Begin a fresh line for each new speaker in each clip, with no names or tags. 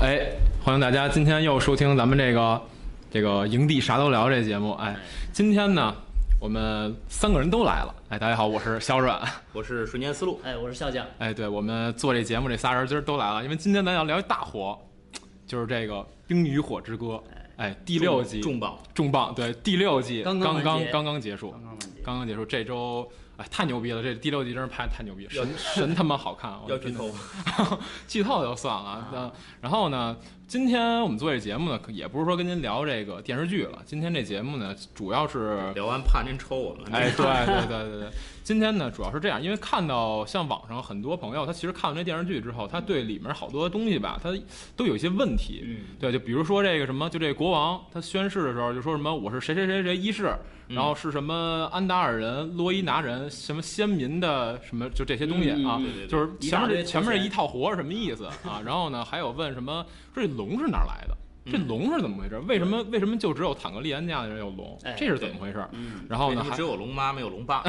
哎迎大家今天又收听咱们这个这个营地啥都聊这节目。哎，今天呢，我们三个人都来了。哎，大家好，我是肖软。
我是瞬间思路，
哎，我是笑匠，
哎，对我们做这节目这仨人今儿都来了，因为今天咱要聊一大火，就是这个《冰与火之歌》。哎，第六季
重磅，
重磅，对第六季
刚刚
刚
完
刚
结
刚刚结束，
刚刚完结。
刚刚结束，这周哎太牛逼了，这第六季真是拍得太牛逼，
要
神神他妈好看，我
要
真
剧
的
透，
剧透就算了。那、然后呢，今天我们做这节目呢，可也不是说跟您聊这个电视剧了，今天这节目呢主要是。
聊完怕您抽我们。
哎，对对对对对，今天呢主要是这样，因为看到像网上很多朋友，他其实看完这电视剧之后，他对里面好多东西吧，他都有一些问题，
嗯，
对，就比如说这个什么，就这国王他宣誓的时候就说什么我是谁谁谁谁一世，
嗯
然后是什么安达尔人、洛伊拿人、什么先民的什么，就这些东西啊
嗯嗯，
对对对，
就是是前面这
一大堆头衔
前面这一套活是什么意思啊？然后呢，还有问什么说这龙是哪儿来的？这
嗯
龙是怎么回事？为什么为什么就只有坦格利安家的人有龙
哎？
这是怎么回事？
嗯，
然后呢，
为什么
哦还
哎只有龙妈没有龙 爸，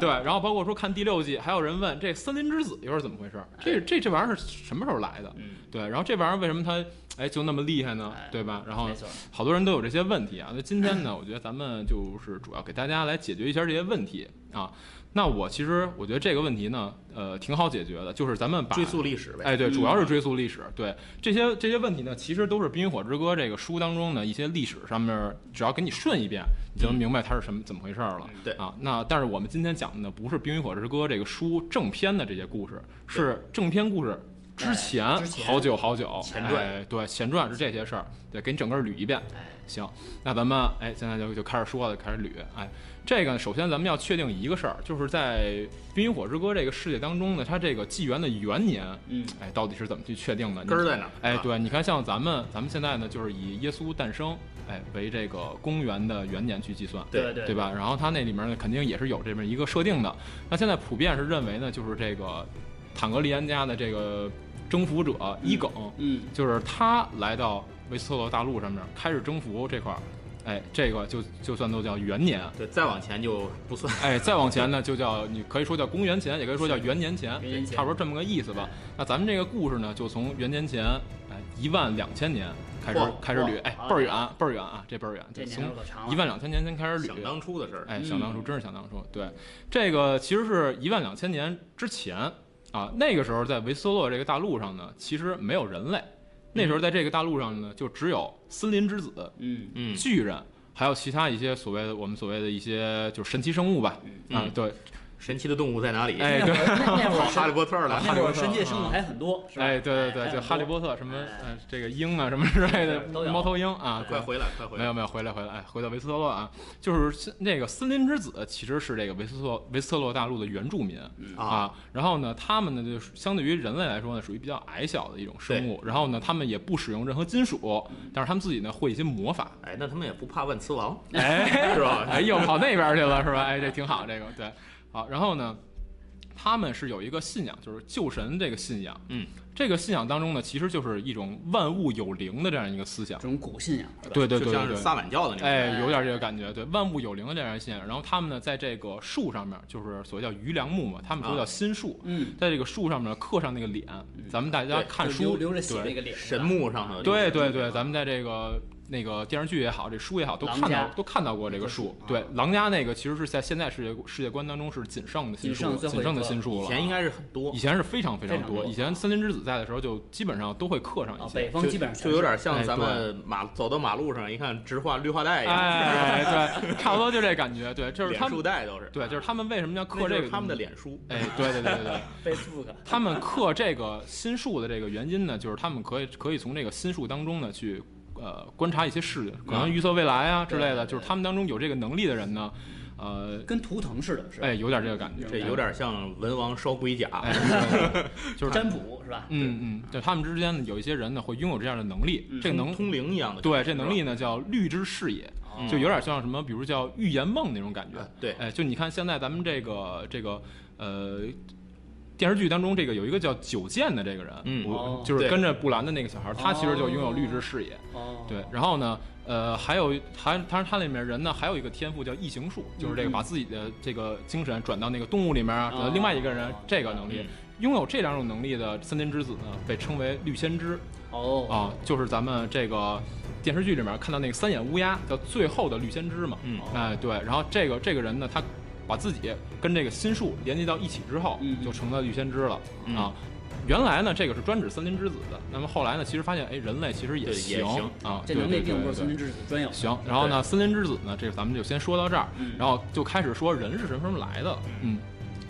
对，然后包括说看第六季，还有人问这森林之子又是怎么回事？
哎
这这这玩意儿是什么时候来的？
嗯，
对，然后这玩意儿为什么它哎就那么厉害呢
哎？
对吧？然后
没错，
好多人都有这些问题啊。那今天呢，我觉得咱们就是主要给大家来解决一下这些问题啊。那我其实我觉得这个问题呢，呃，挺好解决的，就是咱们把
追溯历史呗。
哎，对，
嗯
主要是追溯历史。对这些这些问题呢，其实都是《冰与火之歌》这个书当中的一些历史上面，只要给你顺一遍，你就能明白它是什么怎么回事儿了。
对，
啊，那但是我们今天讲的呢，不是《冰与火之歌》这个书正篇的这些故事，是正篇故事之
哎
前
之前
好久好久
前传
哎对前传是这些事儿，对，给你整个捋一遍。
哎，
行，那咱们哎，现在就就开始说了，开始捋。哎，这个首先咱们要确定一个事儿，就是在《冰与火之歌》这个世界当中呢，它这个纪元的元年，
嗯，
哎，到底是怎么去确定的？你
根儿在哪儿？啊
哎，
是吧，
对，你看，像咱们咱们现在呢，就是以耶稣诞生，哎，为这个公元的元年去计算，
对
对
对？吧？然后它那里面呢，肯定也是有这么一个设定的。那现在普遍是认为呢，就是这个坦格利安家的这个征服者伊耿，
嗯，
就是他来到维斯特洛大陆上面开始征服这块儿，哎，这个就就算都叫元年。
对，再往前就不算。
哎，再往前呢，就叫你可以说叫公元前，也可以说叫元年前，
元年前
差不多这么个意思吧。那咱们这个故事呢，就从元年前，哎，一万两千年开始
哇
开始捋
哇，
哎，
好
倍儿
家
远倍儿远啊，这倍儿远，
这
就
年头
从
可长了，
一万两千年前开始
想
捋。
当初的事儿，
哎，想当初
嗯
真是想当初，对，这个其实是一万两千年之前啊，那个时候在维斯特洛这个大陆上呢，其实没有人类，那时候在这个大陆上呢，就只有森林之子、
嗯，
嗯，
巨人，还有其他一些所谓的我们所谓的一些就是神奇生物吧，
嗯
啊，对，
神奇的动物在哪里？
哎，
那
对，
会儿那会
哈利
儿
波特了
是，那会儿神界生物还很多，是吧？
哎，对对
还
对，就
很
哈利
多
波特什么
哎
呃这个鹰啊什么之类的
都有
猫头鹰啊，
快
对。
回来，快回
没
来
有。没有，回来回来，哎，回到维斯特洛啊，就是森那个森林之子，其实是这个维斯特洛维斯特洛大陆的原住民
啊，
啊。然后呢，他们呢就是相对于人类来说呢，属于比较矮小的一种生物。然后呢，他们也不使用任何金属，但是他们自己呢会一些魔法。
哎，那他们也不怕万磁王，
哎，
是吧？
哎，又跑那边去了是吧？哎，这挺好，这个对，好。然后呢，他们是有一个信仰，就是旧神这个信仰。
嗯，
这个信仰当中呢，其实就是一种万物有灵的这样一个思想
这。种古信仰，是吧
对对对
就像
对
是
对。
萨满教的那种。
哎，有点这个感觉，对，万物有灵的这样一个信仰。然后他们呢，在这个树上面，就是所谓叫榆梁木嘛，他们说
啊
叫心树，
嗯，
在这个树上面刻上那个脸。咱们大家
对
看
就
书
流流着血
对
那个脸，
神木上头。
对对对，咱们在这个那个电视剧也好，这书也好，都
狼
看到
家
都看到过这个树。
啊
对，狼家那个其实是在现在世界世界观当中是仅剩的新
仅
树了，
剩最后
仅
一
剩的
个
新树
以
了。
前应该是很多
以，前是非常非常
非常
多，
多
以前森林之子在的时候就基本上都会刻上
啊
一，些
北。方
就
基本上全
就有
是
点像
哎
咱们马走到马路上一看直化绿化带一样，
哎，对，差不多就这感觉。对，就是他们
脸书，带都是。
对，就是他们为什么要
那
刻
就
这
是
个
他们的
东西。
脸书。
哎，对对对对对。
Facebook，
他们刻这个心术的这个原因呢，就是他们可以可以从这个心术当中呢去呃观察一些事，可能预测未来啊之
对
类的。
对
就是他们当中有这个能力的人呢，呃，
跟图腾似的，是吧
哎，有点这个感觉，
这有点像文王烧龟甲，
哎， 哎，就是他
占卜是吧？
嗯嗯，对他们之间呢，有一些人呢会拥有这样的能力，
嗯
这个能
通灵一样的感觉。嗯
对这能力呢叫绿之视野，
哦
就有点像什么，比如叫预言梦那种感觉
啊。对
哎，就你看现在咱们这个这个呃电视剧当中，这个有一个叫九剑的这个人，
嗯
我
哦
就是
对
跟着布兰的那个小孩，他其实就拥有绿之视野。
哦，
对，然后呢，呃，还有还当然他里面人呢，还有一个天赋叫异形术，就是这个
嗯
把自己的这个精神转到那个动物里面啊，转到
哦
另外一个人这个能力
嗯。
拥有这两种能力的森林之子呢，被称为绿先知
哦，
啊，就是咱们这个电视剧里面看到那个三眼乌鸦叫最后的绿先知嘛。
嗯
哎，对，然后这个这个人呢，他把自己跟这个心术连接到一起之后，
嗯嗯
就成了绿先知了、
嗯
啊。原来呢，这个是专指森林之子的，那么后来呢，其实发现，哎，人类其实也
对
行
也行
啊，
这
对
能力
对对
并不
对
是森林之子专有的。
行，然后呢，森林之子呢，这个咱们就先说到这儿，
嗯
然后就开始说人是什么时候来的。嗯，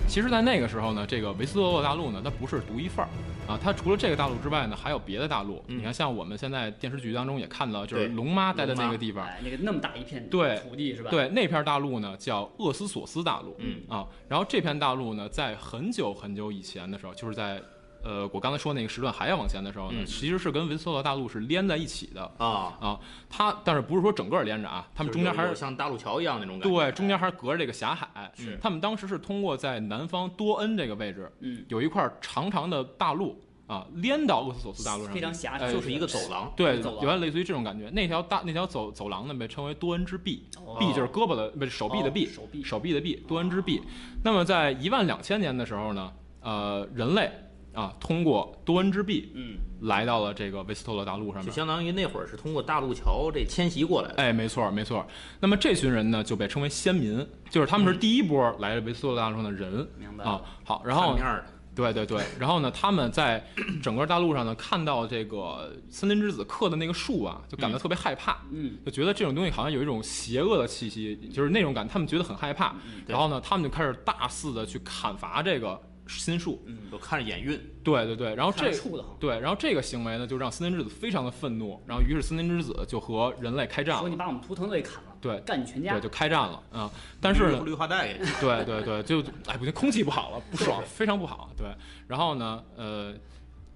其实，在那个时候呢，这个维斯特洛大陆呢，它不是独一份儿啊，它除了这个大陆之外呢，还有别的大陆。
嗯
你看，像我们现在电视剧当中也看到，就是
对
龙妈待的那
龙
个
妈
地方，
哎，那个那么大一片
对
土地是吧？，
对，那片大陆呢叫厄斯索斯大陆。
嗯
啊，然后这片大陆呢，在很久很久以前的时候，就是在。呃，我刚才说那个时段还要往前的时候呢，
嗯
其实是跟维斯特洛大陆是连在一起的
啊，
啊。它但是不是说整个连着啊？它们中间
就是
还
有
是
有像大陆桥一样那种感觉。
对，中间还隔着这个狭海。嗯
是
他们当时是通过在南方多恩这个位置
嗯，
有一块长长的大路啊，连到厄斯索斯大陆上去，
非常狭
哎
窄，
就是一个走廊。
对，
走廊
有点类似于这种感觉。那条大那条走走廊呢，被称为多恩之壁，
哦
臂就是胳膊的，不是手臂的臂，
哦手臂哦
手臂的臂，多恩之壁。那么在一万两千年的时候呢，呃，人类啊通过多恩之壁
嗯，
来到了这个维斯特洛大陆上
就
面。
相当于那会儿是通过大陆桥这迁徙过来的。
哎，没错儿没错儿。那么这群人呢，就被称为先民，就是他们是第一波来维斯特洛大陆上的人。
嗯明白
啊，好，然后
看面儿的
对对对，然后呢，他们在整个大陆上呢看到这个森林之子刻的那个树啊，就感到特别害怕，
嗯，
就觉得这种东西好像有一种邪恶的气息，就是那种感，他们觉得很害怕。
嗯对
然后呢，他们就开始大肆的去砍伐这个新树。
都嗯看着眼晕。
对对对，然后哦这
看着怵得慌，
对，然后这个行为呢，就让森林之子非常的愤怒，然后于是森林之子就和人类开战
说
了
你，把我们图腾都给砍了，
对
干你全家
对，，就开战了啊、但是呢，
绿化带也是
对对对，就哎不行，空气不好了，不爽，非常不好。对，然后呢，呃，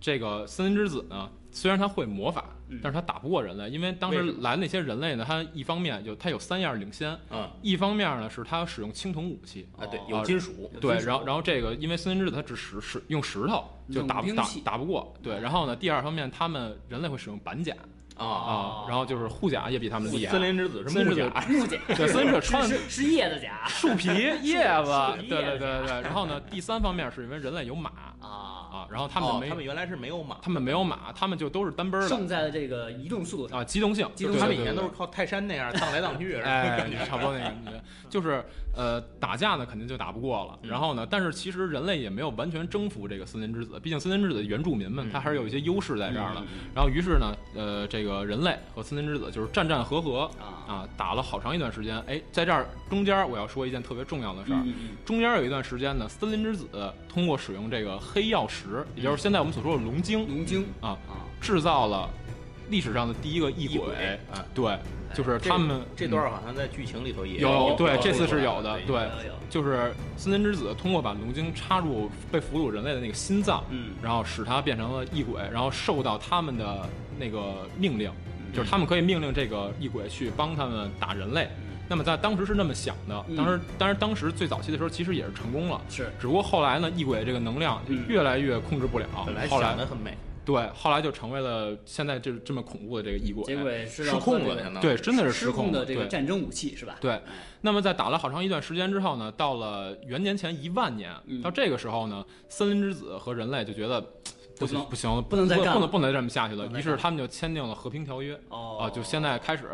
这个森林之子呢，虽然他会魔法，但是他打不过人类，因为当时
嗯为什
来那些人类呢，他一方面就他有三样领先，
嗯
一方面呢是他使用青铜武器，
啊，对
哦，
有金属。
对，然后然后这个因为森林之子他只使使用石头就
用
打不
兵
打
器
打不过，对，然后呢，第二方面他们人类会使用板甲啊
啊，
哦，
然后就是护甲也比他们厉害，
森林之子是
森林
木
之子
甲，
木甲，
对森林之子穿的
是是叶子甲
树皮、叶子
树，皮
对
叶
对对对
子
对。然后呢，第三方面是因为人类有马
啊，
啊，然后他
他
们没、
哦他们原来是没有马，
他们没有马，他们就都是单奔儿的
胜在了这个移动速度上，
啊，机动性，
机动
对
他
性
们
对
以前
对
都
对
是靠泰山那样 荡来荡去，是吧
哎，差不多那个感觉，就是呃，打架呢肯定就打不过了。
嗯
然后呢，但是其实人类也没有完全征服这个森林之子，毕竟森林之子原住民们
嗯
他还是有一些优势在这儿的
嗯。
然后于是呢，呃，这个人类和森林之子就是战战和和
啊，
啊，打了好长一段时间。哎，在这儿中间儿我要说一件特别重要的事儿，
嗯嗯
中间有一段时间呢，森林之子通过使用这个黑曜石，也就是现在我们所说的龙
嗯
晶，
龙晶
啊
啊，
制造了历史上的第一个异
异轨
轨。啊，对，就是他们嗯
这这段好像在剧情里头也
有对，
有
这次是有的，对
有有，
就是森林之子通过把龙晶插入被俘虏人类的那个心脏，
嗯
然后使它变成了异轨，然后受到他们的那个命令，
嗯
就是他们可以命令这个异轨去帮他们打人类。
嗯
那么在当时是那么想的，当时当然当时最早期的时候其实也是成功了，
是
只不过后来呢，异轨这个能量就
嗯
越来越控制不了，
本来
后
想
来
的很美，
对，后来就成为了现在这这么恐怖的这个异轨，
结果也是
失
让
控
这
了，
个
相当于
对，真的是
失
控
控的这个
对
战争武器是吧？
对，那么在打了好长一段时间之后呢，到了元年前一万年，
嗯
到这个时候呢，森林之子和人类就觉得不行
能
不行了，
不能再干
不
了
能不能再这么下去了
不能，再
于
干
是他们就签订了和平条约。
哦
啊，就现在开始，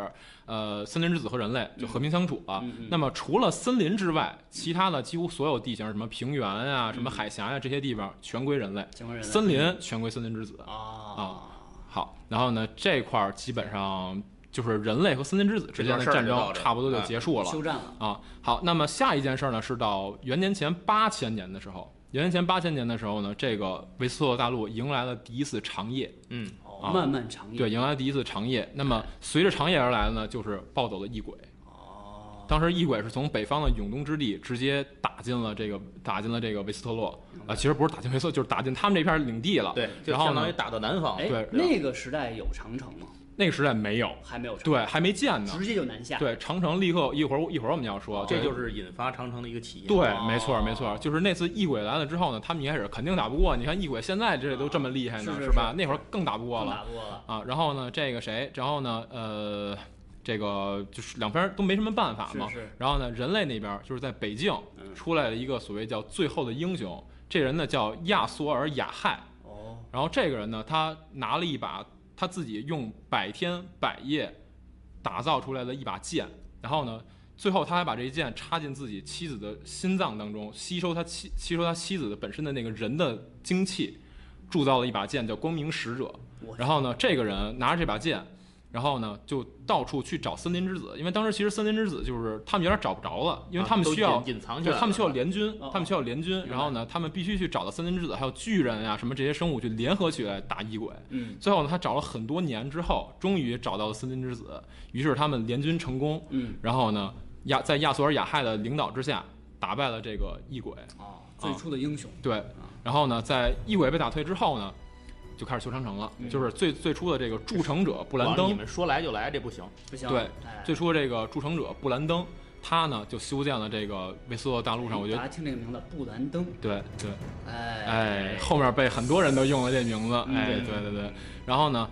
呃，森林之子和人类就和平相处了。
嗯嗯嗯
啊那么除了森林之外，其他的几乎所有地形，什么平原啊、什么海峡呀、这些地方，全归人类。
全嗯国人类嗯
森林全归森林之子。
啊
好，然后呢，这块儿基本上就是人类和森林之子之间的
这段事儿
战
就到
争
这儿
差不多就结束了
休战了，
啊。好，那么下一件事儿呢，是到元年前八千年的时候。元年前八千年的时候呢，这个维斯特洛大陆迎来了第一次长夜，
嗯，
哦
啊
漫漫长夜
对，迎来了第一次长夜。那么随着长夜而来的呢，就是暴走的异鬼。
哦，
当时异鬼是从北方的永东之地直接打进了这个打进了这个维斯特洛啊、其实不是打进维斯特，就是打进他们这片领地了。
对，就
啊然后
相当
呢
于，打到南方，
哎
对，
那个时代有长城吗？
那个时代没有，
还没有长城，
对，还没建呢。
直接就南下，
对，长城立刻一会儿一会儿我们要说，
这
对
就是引发长城的一个起因。
对，
哦
没错没错，就是那次异鬼来了之后呢，他们一开始肯定打不过，你看异鬼现在这都这么厉害呢，
是是
吧？
是
那会儿更打不过
更
了
打不过了，
啊。然后呢，这个谁，然后呢，呃，这个就是两边都没什么办法嘛。
是是
然后呢，人类那边就是在北境
嗯
出来了一个所谓叫最后的英雄。这人呢叫亚索尔雅亥，
哦，
然后这个人呢，他拿了一把他自己用百天百夜打造出来的一把剑，然后呢，最后他还把这一剑插进自己妻子的心脏当中，吸收他妻吸收他妻子的本身的那个人的精气，铸造了一把剑叫光明使者
我。
然后呢，这个人拿着这把剑，然后呢就到处去找森林之子，因为当时其实森林之子就是他们有点找不着了，因为他们
啊都
需要
隐隐藏起
对，
来了，
他们需要联军
哦，
他们需要联军，
白
然后呢，他们必须去找到森林之子，还有巨人啊什么这些生物去联合起来打异鬼。
嗯
最后呢，他找了很多年之后，终于找到了森林之子，于是他们联军成功，
嗯，
然后呢，亚在亚索尔雅亥的领导之下打败了这个异鬼。
哦，最
啊
初的英雄，
对，然后呢，在异鬼被打退之后呢，就开始修长城了，
嗯
就是最最初的这个筑城者布兰
哇你
登，
们说来就来，这不行。
不行，
对
哎，
最初的这个筑城者布兰登，他呢就修建了这个维斯洛大陆上，我觉
哎大
得
家听这个名字，布兰登，
对对。
哎，
哎，后面被很多人都用了这名字，哎，
嗯
对对对。然后呢，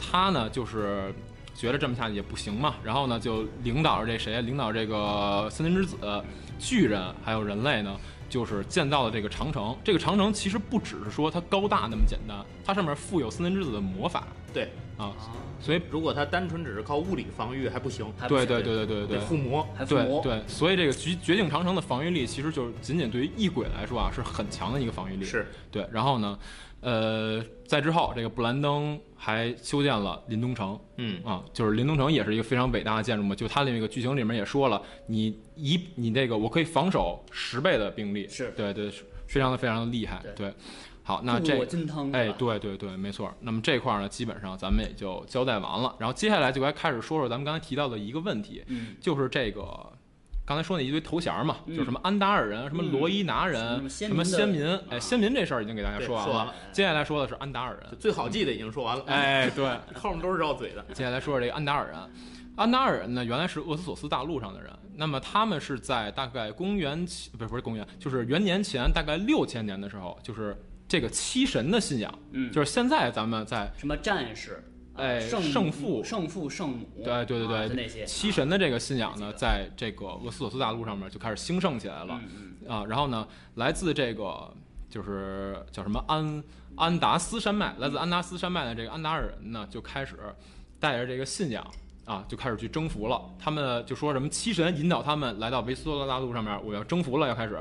他呢就是觉得这么下去也不行嘛，然后呢就领导着这谁，领导着这个森林之子、巨人还有人类呢，就是建造了这个长城。这个长城其实不只是说它高大那么简单，它上面附有森林之子的魔法
对，
啊，
啊
所以
如果他单纯只是靠物理防御还不行，
还不
对
行
对，对对对对
得。附魔。
还附
对
魔，
对，所以这个绝绝境长城的防御力，其实就是仅仅对于异鬼来说啊，是很强的一个防御力。
是，
对，然后呢，呃，在之后，这个布兰登还修建了临冬城
嗯，
啊，就是临冬城也是一个非常伟大的建筑嘛。就它那个剧情里面也说了，你一你这个我可以防守十倍的兵力，
是
对对，是非常的非常的厉害，
对
对。好，那
步
这
我金汤，
哎，
是吧，
对对对，没错儿。那么这块儿呢，基本上咱们也就交代完了。然后接下来就该开始说说咱们刚才提到的一个问题，
嗯，
就是这个刚才说那一堆头衔儿嘛，
嗯
就是什么安达尔人、什么罗伊拿人、
嗯什
什
么
么
先
先
民
民
的，啊
哎，先民这事儿已经给大家
对
说完
说完
了
了。
接下来说的是安达尔
就
人，
最好记的已经说完了，
哎，对，
后面都是绕嘴的。
接下来说说这个安达尔人。安达尔人呢，原来是俄斯索斯大陆上的人。那么他们是在大概公元前，不是不是公元，就是元年前大概六千年的时候，就是这个七神的信仰，
嗯
就是现在咱们在
什么战士，啊
哎
圣
圣
母
父
圣父、圣母，
对对对
啊
对，
就那些
七神的这个信仰
我
呢
记，得
在这个俄斯索斯大陆上面就开始兴盛起来了
嗯嗯
啊。然后呢，来自这个就是叫什么安安达斯山脉，来自安达斯山脉的这个安达尔人呢，就开始带着这个信仰。啊，就开始去征服了。他们就说什么七神引导他们来到维斯洛大陆上面，我要征服了，要开始。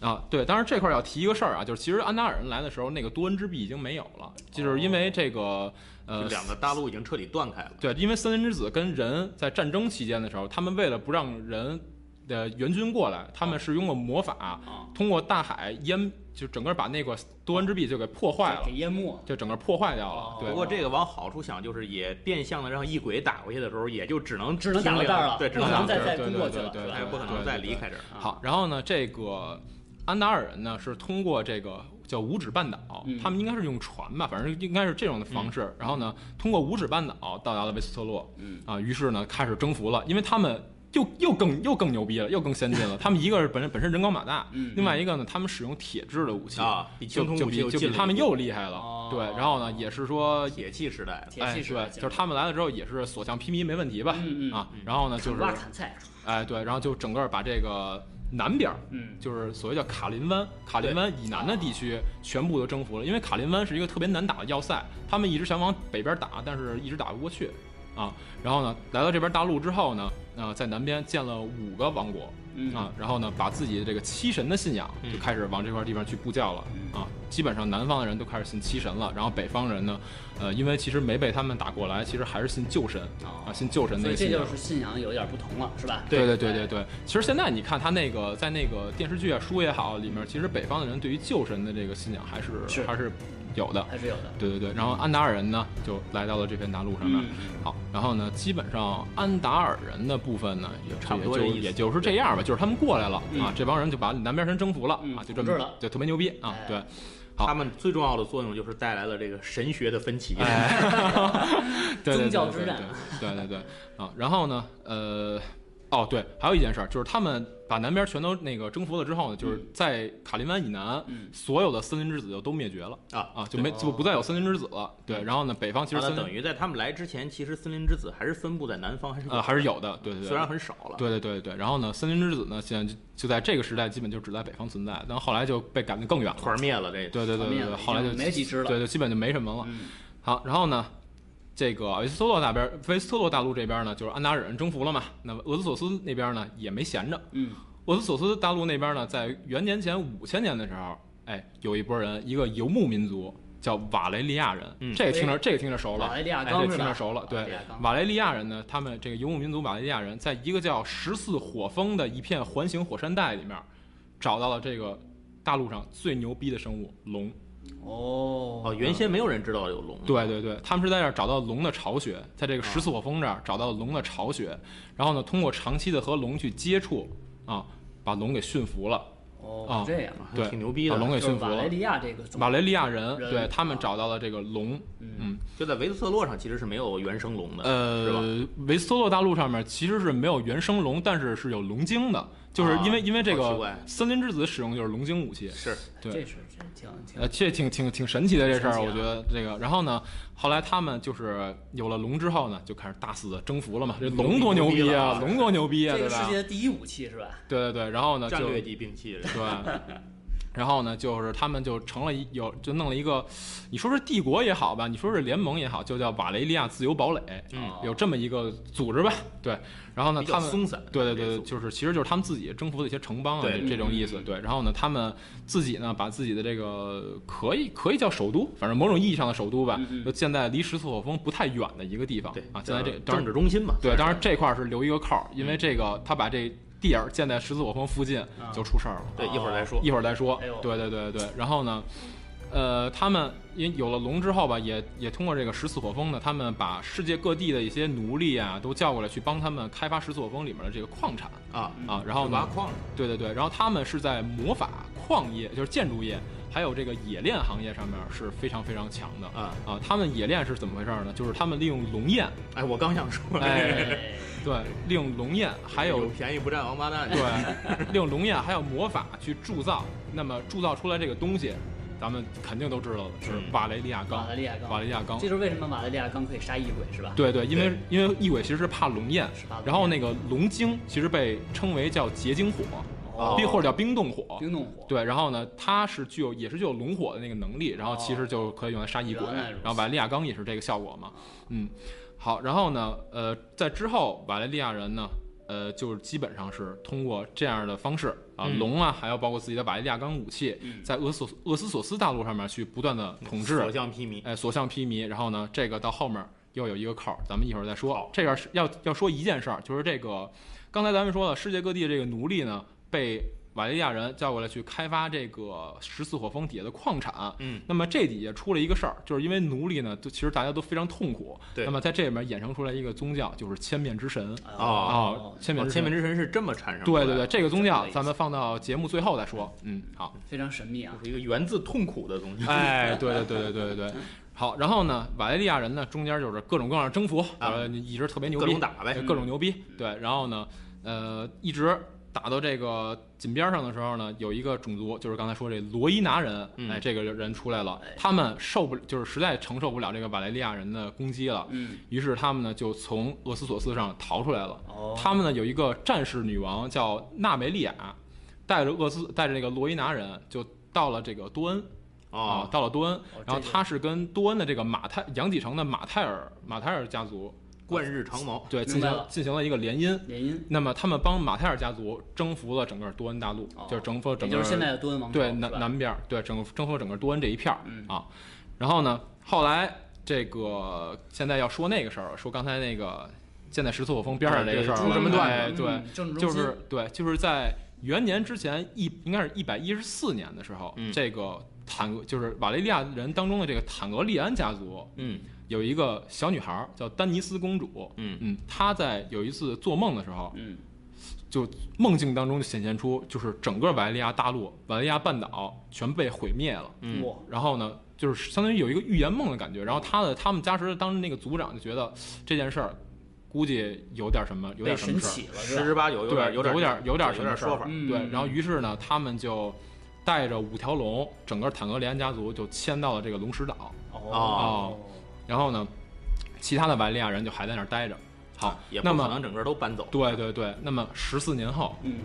啊，对，当然这块儿要提一个事儿啊，就是其实安达尔人来的时候，那个多恩之壁已经没有了，就是因为这个呃
就两个大陆已经彻底断开了。
对，因为森林之子跟人在战争期间的时候，他们为了不让人的援军过来，他们是用了魔法，
啊，
通过大海淹，就整个把那个多恩之壁就给破坏了
给，淹没了，
就整个破坏掉了。
哦
对
不，过这个往好处想，就是也变相的让异鬼打过去的时候，也就只能
只能打
停
到
留
这儿了，
对，只
不
能
可
打
能
到这
对
再
儿，
再
对
攻
对
过
对
去了，
对
是吧
哎，不可
对
能
对
再
对
离开这儿。
啊
好，然后呢，这个安达尔人呢是通过这个叫五指半岛，
嗯
他们应该是用船吧，反正应该是这种的方
嗯
式。然后呢，通过五指半岛到达了维斯特洛，
嗯
啊，于是呢开始征服了，因为他们又又更又更牛逼了，又更先进 了。他们一个是本身本身人高马大，
嗯
另外一个呢，他们使用铁制的武器
啊，比
就
青铜
就
武器
比
又
就
进
比
了
他们
一步
又厉害了。
哦
对，然后呢，也是说。
铁器时代了，
嗯铁
哎，
器时代
对，
建
就是他们来了之后也是所向披靡，没问题吧？
嗯嗯
啊，然后呢，就是
砍瓜砍菜，
哎，对，然后就整个把这个南边儿，
嗯
就是所谓叫卡林湾，卡林湾以南的地区全部都征服了，因为卡林湾是一个特别难打的要塞，他们一直想往北边打，但是一直打不过去啊。然后呢，来到这边大陆之后呢，呃，在南边建了五个王国
嗯
啊，然后呢，把自己的这个七神的信仰
嗯
就开始往这块地方去布教了
嗯
啊。基本上南方的人都开始信七神了，然后北方人呢，呃，因为其实没被他们打过来，其实还是信旧神啊，
哦
信旧神那
所以
个信
这
仰
就。是信仰有点不同了，是吧？
对对
哎
对对对，其实现在你看他那个在那个电视剧啊、书也好，里面其实北方的人对于旧神的这个信仰还是
是
还是有的。
还是有的。
对对对，然后安达尔人呢就来到了这片大陆上面。
嗯
好，然后呢，基本上安达尔人的部分呢，也
差不多
也
这
就
意思
也就是这样吧，就是他们过来了啊
嗯，
这帮人就把南边神征服了
嗯
啊，就这
统治
么
了
就特别牛逼啊
哎，
对。好
他们最重要的作用就是带来了这个神学的分歧。
哎，对对对
宗教之战
对对对对对啊。然后呢，呃，哦，对，还有一件事儿，就是他们把南边全都那个征服了之后呢，就是
嗯
在卡林湾以南，
嗯
所有的森林之子就都灭绝了
啊
啊，就没就不再有森林之子了。对，然后呢，北方其
其实
实森
等
林
于在他们来之前，其实森林之子还是分布在南方，还是
呃还是有的，对对对，
虽然很少了。
对对对对，然后呢，森林之子呢，现在就就在这个时代基本就只在北方存在，然后后来就被赶得更远了。
团灭了这
对对对对
团灭
对，
了
后来就
已经没几只了
对，就基本就没什么了。
嗯
好，然后呢，这个维斯特洛那边，维斯特洛大陆这边呢，就是安达尔人征服了嘛，那么俄兹索斯那边呢也没闲着，
嗯
俄兹索斯大陆那边呢，在元年前五千年的时候，哎，有一波人，一个游牧民族叫瓦雷利亚人，
嗯
这个听着这个听着熟了，
瓦雷利亚
哎
钢
这
是
听着
吧
熟了，
瓦雷
对
利亚，钢
瓦雷利亚人呢，他们这个游牧民族瓦雷利亚人，在一个叫十四火峰的一片环形火山带里面，找到了这个大陆上最牛逼的生物龙。
哦
哦，原先没有人知道有龙。
对对对，他们是在这儿找到龙的巢穴，在这个十四火峰这儿找到龙的巢穴，然后呢，通过长期的和龙去接触啊，把龙给驯服了。
哦
啊
这样，
啊
对
挺牛逼
把龙
的。
给
就是
驯服
瓦
了
雷。利亚这个种
瓦雷利亚人，
人
对他们
啊
找到了这个龙，嗯，
就在维斯特洛上，其实是没有原生龙的，是吧？
呃，维斯托洛大陆上面其实是没有原生龙，但是是有龙晶的，就是因为、
啊
因为这
好奇
个
怪
森林之子使用就是龙晶武器，
是
对
这是这挺挺
呃，这挺挺挺神奇的这事儿，
神
我
奇啊
觉得这个。然后呢，后来他们就是有了龙之后呢，就开始大肆的征服了嘛，这龙多牛逼啊，
牛逼了
龙多牛逼啊，
这
对
个世
吧
界？的第一武器是吧？
对对对，然后呢
战
就
略级兵器人。
对。然后呢，就是他们就成了一有就弄了一个，你说是帝国也好吧，你说是联盟也好，就叫瓦雷利亚自由堡垒，
嗯
哦
有这么一个组织吧？对。然后呢，
比较
他们
松散。
对对
这
对，
个组织
就是其实就是他们自己征服的一些城邦啊，
对嗯
这这种意思。对，然后呢，他们自己呢把自己的这个可以可以叫首都，反正某种意义上的首都吧
嗯，嗯
就建在离十四火峰不太远的一个地方
对
啊。现在这
叫
当然
政治中心嘛，
对，当然这块儿是留一个扣儿，因为这个他把这地儿建在十字火峰附近
嗯
啊
就出事儿了。
对，一会儿再说。
一会儿再说
哎呦。
对对对对对，然后呢，呃，他们因有了龙之后吧，也也通过这个十四火峰呢，他们把世界各地的一些奴隶啊都叫过来，去帮他们开发十四火峰里面的这个矿产
啊，
嗯
啊。然后
挖
呢，
矿
对对对，然后他们是在魔法、矿业，就是建筑业，还有这个冶炼行业上面是非常非常强的。
啊。
啊，他们冶炼是怎么回事呢？就是他们利用龙焰，
哎，我刚想说，
哎
哎
对，利用龙焰，还有
便宜不占王八蛋。
对，利用龙焰还有魔法去铸造，那么铸造出来这个东西，咱们肯定都知道的是
嗯
瓦雷利亚钢
瓦。雷利亚
瓦
钢，
雷利亚钢
这，就是为什么瓦雷利亚钢可以杀异鬼是吧？
对对，因为因为异鬼其实是怕龙焰
是怕龙，焰
然后那个龙晶其实被称为叫结晶火，
哦
冰或者叫冰冻火。
冰冻火，
对，然后呢，它是具有也是具有龙火的那个能力，然后其实就可以用来杀异鬼。
哦原来如此
然后瓦雷利亚钢也是这个效果嘛，嗯，好，然后呢，呃，在之后瓦雷利亚人呢，呃，就是基本上是通过这样的方式啊，
嗯
龙啊，还有包括自己的瓦雷利亚钢武器，
嗯
在俄索俄斯索斯大陆上面去不断的统治，
所向披靡。
哎，所向披靡。然后呢，这个到后面又有一个口儿，咱们一会儿再说。这边是要要说一件事儿，就是这个刚才咱们说了，世界各地这个奴隶呢被瓦雷利亚人叫过来去开发这个十四火峰底下的矿产。
嗯，
那么这底下出了一个事儿，就是因为奴隶呢，都其实大家都非常痛苦。
对
那么在这里面衍生出来一个宗教，就是千面之神
哦
啊、
哦
千面之
千
神。
面之神是这么产生的。
对对对，，这个宗
这个
教
意思
咱们放到节目最后再说。嗯，好。
非常神秘啊
这，是一个源自痛苦的东 西。
哎，对对对对对对对。好，然后呢，瓦雷利亚人呢，中间就是各种各样的征服，
啊
呃，一直特别牛
各
逼呃
种，打呗嗯
对，各种牛逼。对，然后呢，呃，一直打到这个井边上的时候呢，有一个种族，就是刚才说这罗伊拿人，
嗯
哎，这个人出来了
哎，
他们受不，就是实在承受不了这个瓦雷利亚人的攻击了，
嗯，
于是他们呢就从厄斯索斯上逃出来了。
哦，
他们呢有一个战士女王叫纳梅利亚，带着厄斯带着这个罗伊拿人就到了这个多恩。啊，
哦，
到了多恩，然后
这个
他是跟多恩的这个马泰杨继成的马泰尔马泰尔家族
贯日 长矛。
对进
哦明白
行
了
进行了一个联姻。
联姻，
那么他们帮马泰尔家族征服了整个多恩大陆，
哦
就是征服了
也
整个
就是现在的多恩王朝
对
是
南
吧
南边儿对整征服了整个多恩这一片儿、
嗯
啊。然后呢，后来这个现在要说那个事儿了，说刚才那个建在十字火峰边上这个事儿了，
对对朱
门段
哎
嗯
对，
政治
就
中心
是对，就是在元年之前一应该是一百一十四年的时候，
嗯
这个坦格就是瓦雷利亚人当中的这个坦格利安家族
嗯
有一个小女孩儿叫丹尼斯公主，
嗯，
嗯，她在有一次做梦的时候，
嗯，
就梦境当中就显现出，就是整个瓦雷利亚大陆、瓦雷利亚半岛全被毁灭了。
嗯
哇，
然后呢，就是相当于有一个预言梦的感觉。然后他的他们家时当时那个族长就觉得这件事儿估计有点什么，有
被
点什么
神
事儿。
起了是
十
吧？
之八九有点
对
有点
有点有点
有
什么
点
事儿
说法。啊
嗯，
对，然后于是呢，他们就带着五条龙，整个坦格利安家族就迁到了这个龙石岛。
哦，
然后呢，其他的瓦利亚人就还在那儿待着。好，
也不
那
可
么
能整个都搬走。
对对对，那么十四年后
嗯，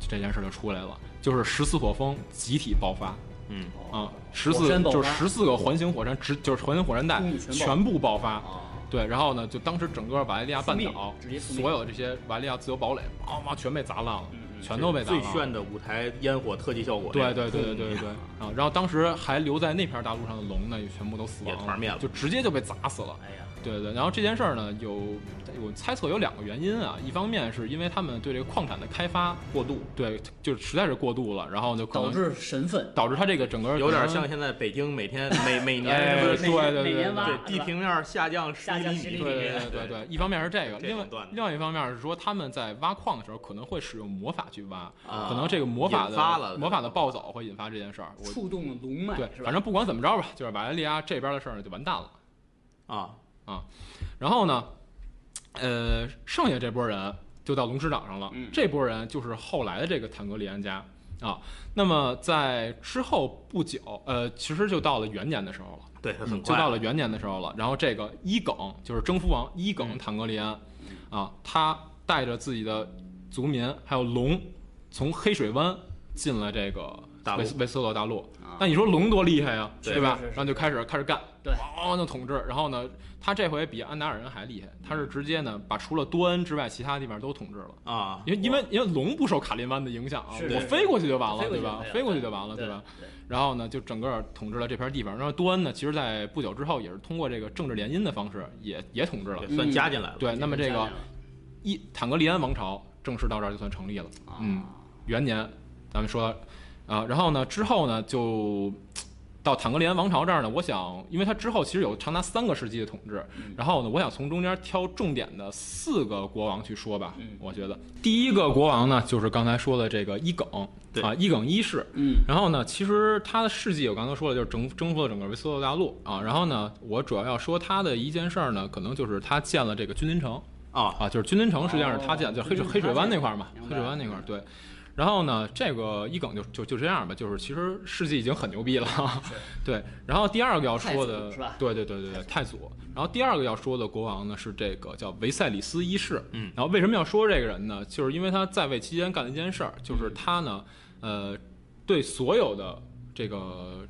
这件事就出来了，就是十四火峰集体爆发
嗯，
啊
哦，
十
火
四
山爆
就是
发
十四个环形火山直就是环形火山带
嗯全爆
全部爆发。
哦，
对，然后呢，就当时整个瓦利亚半岛
覆灭直接覆灭
所有的这些瓦利亚自由堡垒，啊妈全被砸烂了，
嗯嗯
全都被砸
最
烂了。
炫的舞台烟火嗯特技效果，
对对对对对对啊！然后当时还留在那片大陆上的龙呢，也全部都死亡
也团灭了
就直接就被砸死了。
哎呀，
对对对，然后这件事儿呢，有我猜测有两个原因啊，一方面是因为他们对这个矿产的开发过度，对，就是实在是过度了，然后就可
导
能
致神愤，
导致它这个整个
有点
可能
像现在北京每 天每每
哎对
年不
对
是
对
每
对
年挖
对
对地平面下降十
下降
厘
10
对
厘
米，
米
对对对对，一方面是这个，
这
另外
种段子
另外一方面是说他们在挖矿的时候可能会使用魔法去挖，
啊
可能这个魔法
引发了
的魔法的暴走会引发这件事儿。我
触动了龙脉
对，
是吧？
反正不管怎么着吧，就是瓦莱利亚这边的事儿呢就完蛋了。
啊，
然后呢，呃，剩下这波人就到龙石岛上了。
嗯
这波人就是后来的这个坦格利安家啊。那么在之后不久，呃，其实就到了元年的时候了，
啊对，它
嗯
很
就
快
到了元年的时候了。然后这个伊耿就是征服王伊耿
嗯
坦格利安啊，他带着自己的族民还有龙，从黑水湾进了这个
大陆
维斯维斯特洛大陆。
啊
那你说龙多厉害呀，
对
吧？
是是是
然后就开始开始干，
对
哇，那统治。然后呢，他这回比安达尔人还厉害，他是直接呢把除了多恩之外，其他地方都统治了。
啊，
因为因为因为龙不受卡林湾的影响啊，
是是
我
是
飞过去就完了，
飞过
对
去就
吧
可以？了
飞过去就完了，
对
对吧？？然后呢，就整个统治了这片地方。然后多恩呢，其实在不久之后也是通过这个政治联姻的方式也也统治了
也。
嗯
算加进来了。
对，那么这个一坦格利安王朝正式到这儿就算成立了。嗯，
啊
元年，咱们说，啊、然后呢，之后呢，就到坦格利安王朝这儿呢，我想，因为它之后其实有长达三个世纪的统治，
嗯
然后呢，我想从中间挑重点的四个国王去说吧。
嗯
我觉得第一个国王呢，就是刚才说的这个伊耿，
对
啊，伊耿一世。
嗯
然后呢，其实他的事迹我刚才说了，就是征征服了整个维斯特大陆啊。然后呢，我主要要说他的一件事儿呢，可能就是他建了这个君临城。
啊，
啊，就是君临城实际上是他建，
哦
就黑水
嗯
黑水湾那块儿嘛
明，白
黑水湾那块儿对。然后呢，这个一梗就就就这样吧，就是其实事迹已经很牛逼了，对。然后第二个要说
太
的
祖是吧，
对对对对对，太祖。然后第二个要说的国王呢是这个叫维塞里斯一世，
嗯。
然后为什么要说这个人呢？就是因为他在位期间干了一件事儿，
嗯
就是他呢，呃，对所有的这个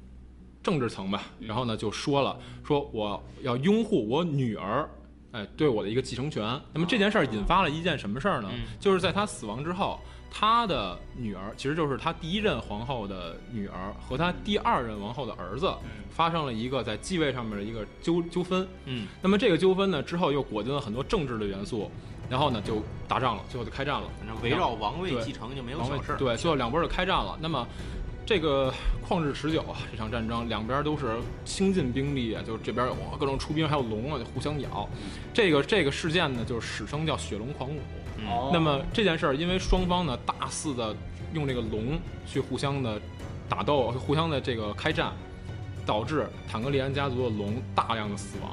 政治层吧，然后呢就说了，说我要拥护我女儿，哎，对我的一个继承权。那么这件事儿引发了一件什么事儿呢？
嗯
就是在他死亡之后，他的女儿，其实就是他第一任皇后的女儿和他第二任王后的儿子，发生了一个在继位上面的一个纠纠纷。
嗯，
那么这个纠纷呢，之后又裹进了很多政治的元素，然后呢就打仗了，最后就开战了。
反正围绕王位
对
继承就没有
王位
小事儿。
对，最后两波就开战了。那么这个旷日持久啊，这场战争两边都是倾尽兵力啊，就是这边哇各种出兵，还有龙啊就互相咬。这个这个事件呢，就是史称叫血龙狂舞。
嗯
哦，
那么这件事儿，因为双方呢大肆的用这个龙去互相的打斗，互相的这个开战，导致坦格利安家族的龙大量的死亡。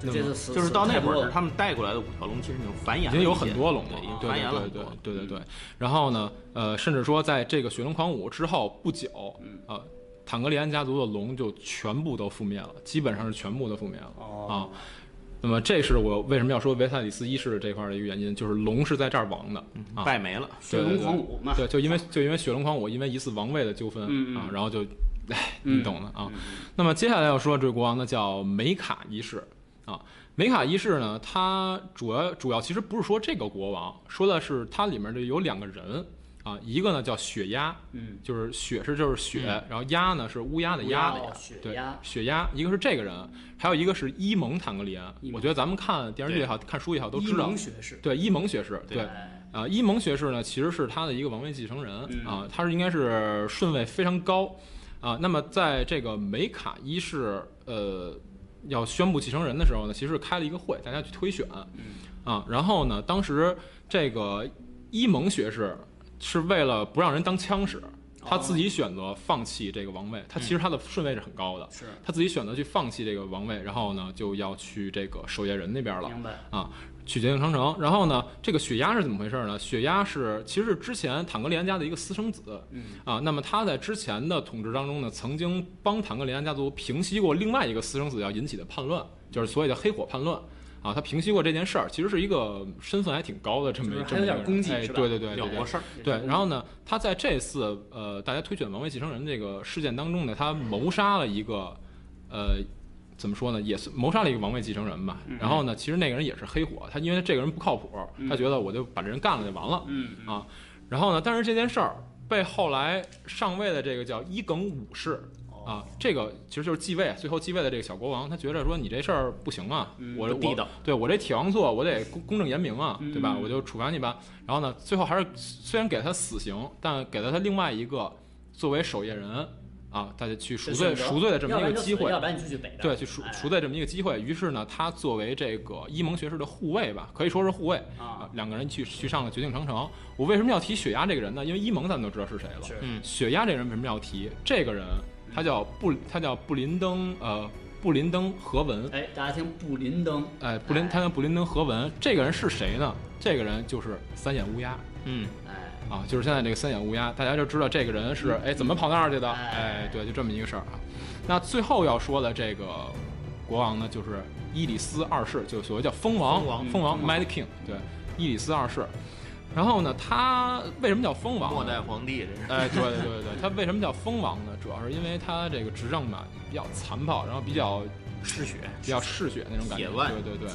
就这次死
就是到那会儿，
他
他们带过来的五条龙其实已经繁衍了一
已
些，
经有很多龙了
对，已经，
对
繁衍
对对
了很
对
多。嗯
对对对。然后呢，呃，甚至说在这个《血龙狂舞》之后不久
嗯，
呃，坦格利安家族的龙就全部都覆灭了，基本上是全部都覆灭了。啊
哦
那么这是我为什么要说维塞里斯一世这块儿的一个原因，就是龙是在这儿亡的啊。
败没了，
血龙狂舞嘛，
对，就因为就因为血龙狂舞，因为一次王位的纠纷
啊嗯嗯
啊，然后就，唉，
嗯
你懂的啊。那么接下来要说这个国王呢，叫梅卡一世啊。梅卡一世呢，他主要主要其实不是说这个国王，说的是他里面的有两个人啊，一个呢叫雪鸦，
嗯，
就是雪是就是雪，然后鸦呢是乌鸦的
乌
鸦
鸦
的
的
鸦
呀，血
对
压，
雪鸦，一个是这个人，还有一个是伊蒙坦格利安
伊。蒙
我觉得咱们看电视剧也好看书也好都
伊
知道
蒙，学士，
对伊蒙学士，对
对。
哎
啊，伊蒙学士呢，其实是他的一个王位继承人
嗯
啊，他是应该是顺位非常高啊。那么在这个梅卡一世呃要宣布继承人的时候呢，其实是开了一个会，大家去推选啊。然后呢，当时这个伊蒙学士是为了不让人当枪使，他自己选择放弃这个王位，他其实他的顺位是很高的，
是
他自己选择去放弃这个王位，然后呢就要去这个守夜人那边了。
明白，
啊，取捷径长城。然后呢，这个雪鸦是怎么回事呢？雪鸦是其实是之前坦格利安家的一个私生子
嗯
啊。那么他在之前的统治当中呢，曾经帮坦格利安家族平息过另外一个私生子要引起的叛乱，就是所谓的黑火叛乱。啊，他平息过这件事儿，其实是一个身份还挺高的这么一
就是
这
还
么一个
有点
人
功绩
哎
是吧
对对对，对
两
对
拨事儿，
对，然后呢，他在这次呃大家推选王位继承人这个事件当中呢，他谋杀了一个呃怎么说呢，也是谋杀了一个王位继承人吧。然后呢，其实那个人也是黑火，他因为这个人不靠谱，他觉得我就把这人干了就完了。
嗯嗯
然后呢，但是这件事儿被后来上位的这个叫伊耿五世啊，这个其实就是继位，最后继位的这个小国王，他觉着说你这事儿不行啊，
嗯
我
不地
我
道，
对我这铁王座，我得公公正严明啊，对吧？
嗯
我就处罚你吧。然后呢，最后还是虽然给了他死刑，但给了他另外一个作为守夜人啊，大家去赎罪
这选择
赎罪的这么一个机会
要。不然你就去北大，
对，去赎
哎
赎罪这么一个机会，于是呢，他作为这个伊蒙学士的护卫吧，可以说是护卫，啊
啊，，
两个人去去上了绝境长城。我为什么要提雪鸦这个人呢？因为伊蒙咱们都知道是谁了。
是嗯
嗯
雪鸦这人为什么要提？这个人他叫布，他叫布林登，呃，布林登何文。
哎，大家听布林登，
哎，布林，他叫布林登何文。这个人是谁呢？这个人就是三眼乌鸦
嗯，
哎，
啊，就是现在这个三眼乌鸦，大家就知道这个人
嗯
是哎怎么跑那儿去的？
哎
哎，对，就这么一个事儿啊。那最后要说的这个国王呢，就是伊里斯二世，就所谓叫蜂王，
蜂王
蜂王
嗯蜂王
Mad King，对，伊里斯二世。然后呢，他为什么叫蜂王呢？
末代皇帝这是，
哎，对对对对，他为什么叫蜂王呢？主要是因为他这个执政嘛比较残暴，然后比较
嗜血，
比较嗜血那种感觉，
铁腕
对对对。